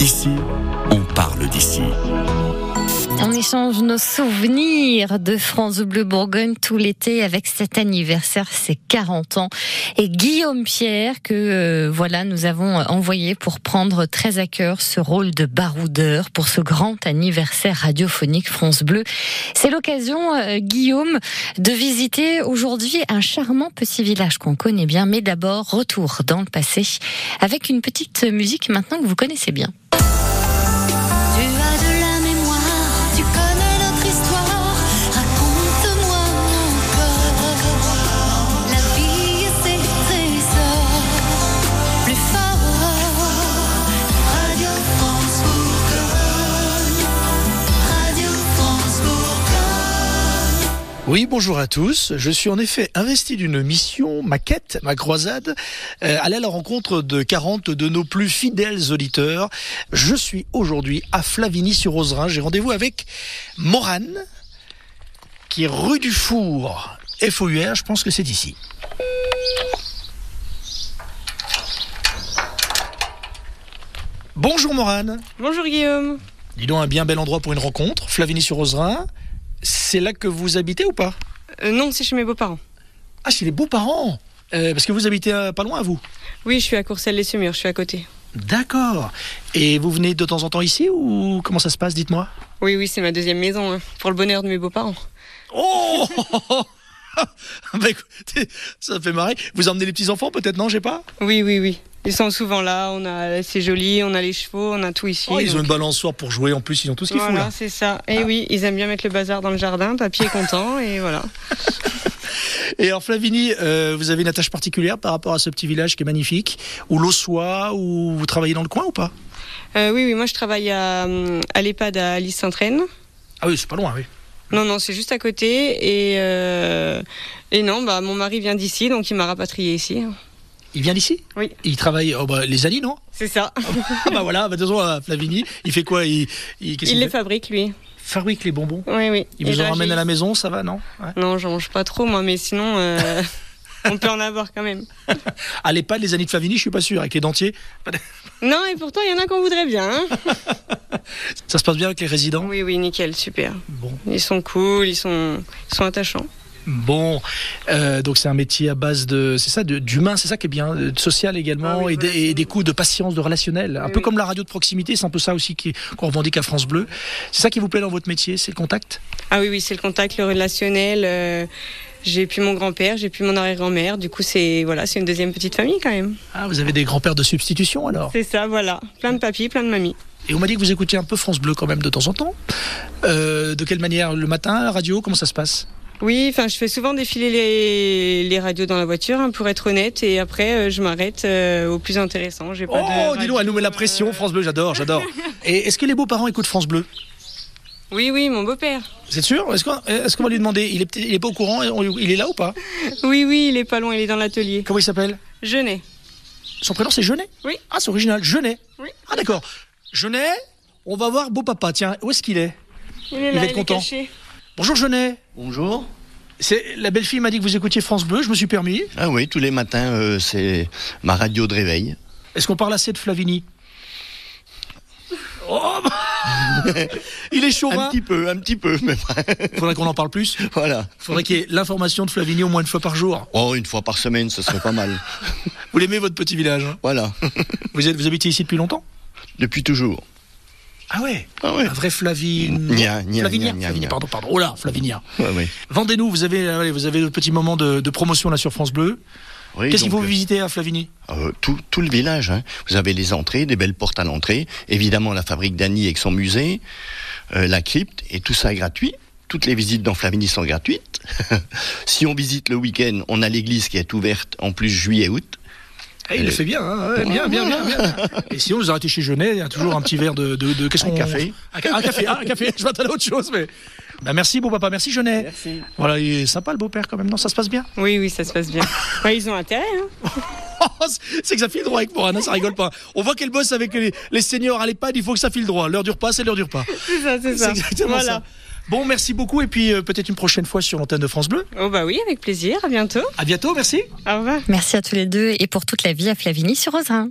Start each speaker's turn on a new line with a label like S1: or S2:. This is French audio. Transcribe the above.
S1: Ici, on parle d'ici.
S2: On échange nos souvenirs de France Bleu Bourgogne tout l'été avec cet anniversaire, ses 40 ans. Et Guillaume Pierre, que euh, voilà, nous avons envoyé pour prendre très à cœur ce rôle de baroudeur pour ce grand anniversaire radiophonique France Bleu. C'est l'occasion, euh, Guillaume, de visiter aujourd'hui un charmant petit village qu'on connaît bien. Mais d'abord, retour dans le passé avec une petite musique maintenant que vous connaissez bien.
S3: Tu as de la mémoire, tu connais notre histoire, raconte-moi encore La vie et ses trésors, plus fort Radio France Bourgogne, Radio France Bourgogne
S4: Oui, bonjour à tous. Je suis en effet investi d'une mission, ma quête, ma croisade, euh, aller à la rencontre de 40 de nos plus fidèles auditeurs. Je suis aujourd'hui à Flavigny-sur-Oserin. J'ai rendez-vous avec Morane, qui est rue du Four, FOUR, je pense que c'est ici. Bonjour Morane.
S5: Bonjour Guillaume.
S4: Dis donc, un bien bel endroit pour une rencontre, Flavigny-sur-Oserin. C'est là que vous habitez ou pas
S5: Euh, non, c'est chez mes beaux-parents.
S4: Ah, chez les beaux-parents Euh, Parce que vous habitez euh, pas loin, vous
S5: Oui, je suis à Courcelles-les-Semurs, je suis à côté.
S4: D'accord. Et vous venez de temps en temps ici ou comment ça se passe Dites-moi.
S5: Oui, oui, c'est ma deuxième maison, hein, pour le bonheur de mes beaux-parents.
S4: Oh Bah, écoutez, ça me fait marrer. Vous emmenez les petits-enfants peut-être, non J'ai pas
S5: Oui, oui, oui. Ils sont souvent là, on a, c'est joli, on a les chevaux, on a tout ici.
S4: Oh, Ils ont
S5: donc-
S4: une balançoire pour jouer en plus, ils ont tout ce qu'il faut
S5: Voilà,
S4: là. Ah.
S5: c'est ça. Et oui, ils aiment bien mettre le bazar dans le jardin, papy est content, et voilà.
S4: Et alors Flavini, euh, vous avez une attache particulière par rapport à ce petit village qui est magnifique Ou l'Ossois Ou vous travaillez dans le coin ou pas
S5: Euh, oui, oui, moi je travaille à, hum, à l'EHPAD à Alice Sainte-Reine.
S4: Ah oui, c'est pas loin, oui.
S5: Non, non, c'est juste à côté, et, euh, et non, bah, mon mari vient d'ici, donc il m'a rapatrié ici. hein.
S4: Il vient d'ici
S5: Oui.
S4: Il travaille, oh, bah, les amis, non
S5: C'est ça,
S4: Ah bah voilà, bah, de toute façon, euh, Flavini, il fait quoi Il, il, qu'est-ce
S5: il
S4: qu'il
S5: les
S4: fait
S5: fabrique lui.
S4: fabrique les bonbons.
S5: Oui, oui.
S4: Il
S5: Et
S4: vous en
S5: là,
S4: ramène
S5: j'ai-
S4: à la maison, ça va, non Ouais.
S5: Non, j'en mange pas trop, moi, mais sinon, euh, on peut en avoir quand même.
S4: À l'EHPAD, les années de Flavini, je suis pas sûr, avec les dentiers.
S5: Non, et pourtant, il y en a qu'on voudrait bien. hein.
S4: Ça se passe bien avec les résidents
S5: oui, oui, nickel, super.
S4: Bon.
S5: Ils sont cool, ils sont, ils sont attachants.
S4: Bon. Euh, donc c'est un métier à base de. C'est ça, de- d'humain, c'est ça qui est bien, de de social également,
S5: Ah oui,
S4: et, des-
S5: relationnel.
S4: et des coups de patience, de relationnel. Un
S5: Oui,
S4: peu
S5: oui.
S4: comme la radio de proximité, c'est un peu ça aussi qui- qu'on revendique à France Bleu. C'est ça qui vous plaît dans votre métier, c'est le contact
S5: Ah oui, oui, c'est le contact, le relationnel. euh, j'ai pu mon grand-père, j'ai pu mon arrière-grand-mère. Du coup, c'est voilà, c'est une deuxième petite famille quand même.
S4: Ah, vous avez des grands-pères de substitution alors
S5: C'est ça, voilà. Plein de papis, plein de mamies.
S4: Et on m'a dit que vous écoutiez un peu France Bleu quand même de temps en temps. Euh, de quelle manière Le matin, la radio, comment ça se passe
S5: Oui, enfin, je fais souvent défiler les, les radios dans la voiture, hein, pour être honnête. Et après, euh, je m'arrête euh, au plus intéressant. J'ai pas de
S4: Oh, dis
S5: radio,
S4: donc, elle nous met la pression,
S5: euh,
S4: France Bleu, j'adore, j'adore. Et est-ce que les beaux-parents écoutent France Bleu
S5: Oui, oui, mon beau-père.
S4: Vous êtes sûr Est-ce qu'on est-ce qu'on va lui demander Il est, peut- il est pas au courant on- Il est là ou pas
S5: Oui, oui, il est pas loin, il est dans l'atelier.
S4: Comment il s'appelle
S5: Genet.
S4: Son prénom c'est Jeunet
S5: Oui.
S4: Ah, c'est original, Jeunet.
S5: Oui.
S4: Ah, d'accord. Jeunet, on va voir beau papa. Tiens, où est-ce qu'il est
S5: Il est
S4: Il va être content.
S5: caché.
S4: Bonjour Jeunet.
S6: Bonjour.
S4: C'est la belle-fille m'a dit que vous écoutiez France Bleu, je me suis permis.
S6: Ah oui, tous les matins, euh, c'est ma radio de réveil.
S4: Est-ce qu'on parle assez de Flavini Oh bah Il est chauvin.
S6: Un petit peu, un petit peu, mais
S4: Faudrait qu'on en parle plus.
S6: voilà.
S4: Faudrait qu'il y ait l'information de Flavini au moins une fois par jour.
S6: Oh, une fois par semaine, ce serait pas mal.
S4: Vous l'aimez votre petit village hein
S6: Voilà,
S4: vous, êtes, vous habitez ici depuis longtemps
S6: depuis toujours.
S4: Ah ouais
S6: Ah ouais.
S4: Un vrai Flavin... Flavinia,
S6: Nia, nia, nia, nia,
S4: Flavinia,
S6: nia.
S4: pardon, pardon. Oh là, Flavinia.
S6: Ouais, ouais.
S4: Vendez-nous, vous avez, euh, allez, vous avez le petit moment de, de promotion là sur France Bleu.
S6: Oui,
S4: Qu'est-ce qu'il
S6: donc,
S4: faut visiter à Flavigny
S6: euh, euh, tout, tout le village. hein. Vous avez les entrées, des belles portes à l'entrée. Évidemment, la fabrique d'Annie avec son musée, euh, la crypte, et tout ça est gratuit. Toutes les visites dans Flavigny sont gratuites. si on visite le week-end, on a l'église qui est ouverte en plus juillet-août.
S4: Eh, Il le
S6: Euh,
S4: fait bien, hein, ouais, bien, bien, bien, bien. Et sinon, vous arrêtez chez Genet, il y a toujours un petit verre de. de, de- qu'est-ce
S6: Un
S4: qu'on-
S6: café.
S4: Un, ca- un café, ah, un café, je m'attendais à autre chose, mais. Bah, merci, beau papa, merci Genet. Merci. Voilà, il est sympa le beau-père quand même, non Ça se passe bien
S5: Oui, oui, ça se passe bien. Ouais, ils ont intérêt. Hein.
S4: Oh, c'est- C'est que ça file droit avec Morana, ça rigole pas. On voit qu'elle bosse avec les, les seniors à l'EHPAD, il faut que ça file droit. L'heure du repas, c'est l'heure du repas.
S5: C'est ça, c'est
S4: C'est
S5: ça.
S4: exactement
S5: voilà.
S4: ça. Bon, merci beaucoup, et puis euh, peut-être une prochaine fois sur l'antenne de France Bleu.
S5: Oh bah oui, avec plaisir. À bientôt.
S4: À bientôt, merci.
S5: Au revoir.
S2: Merci à tous les deux et pour toute la vie à Flavigny sur Oserin.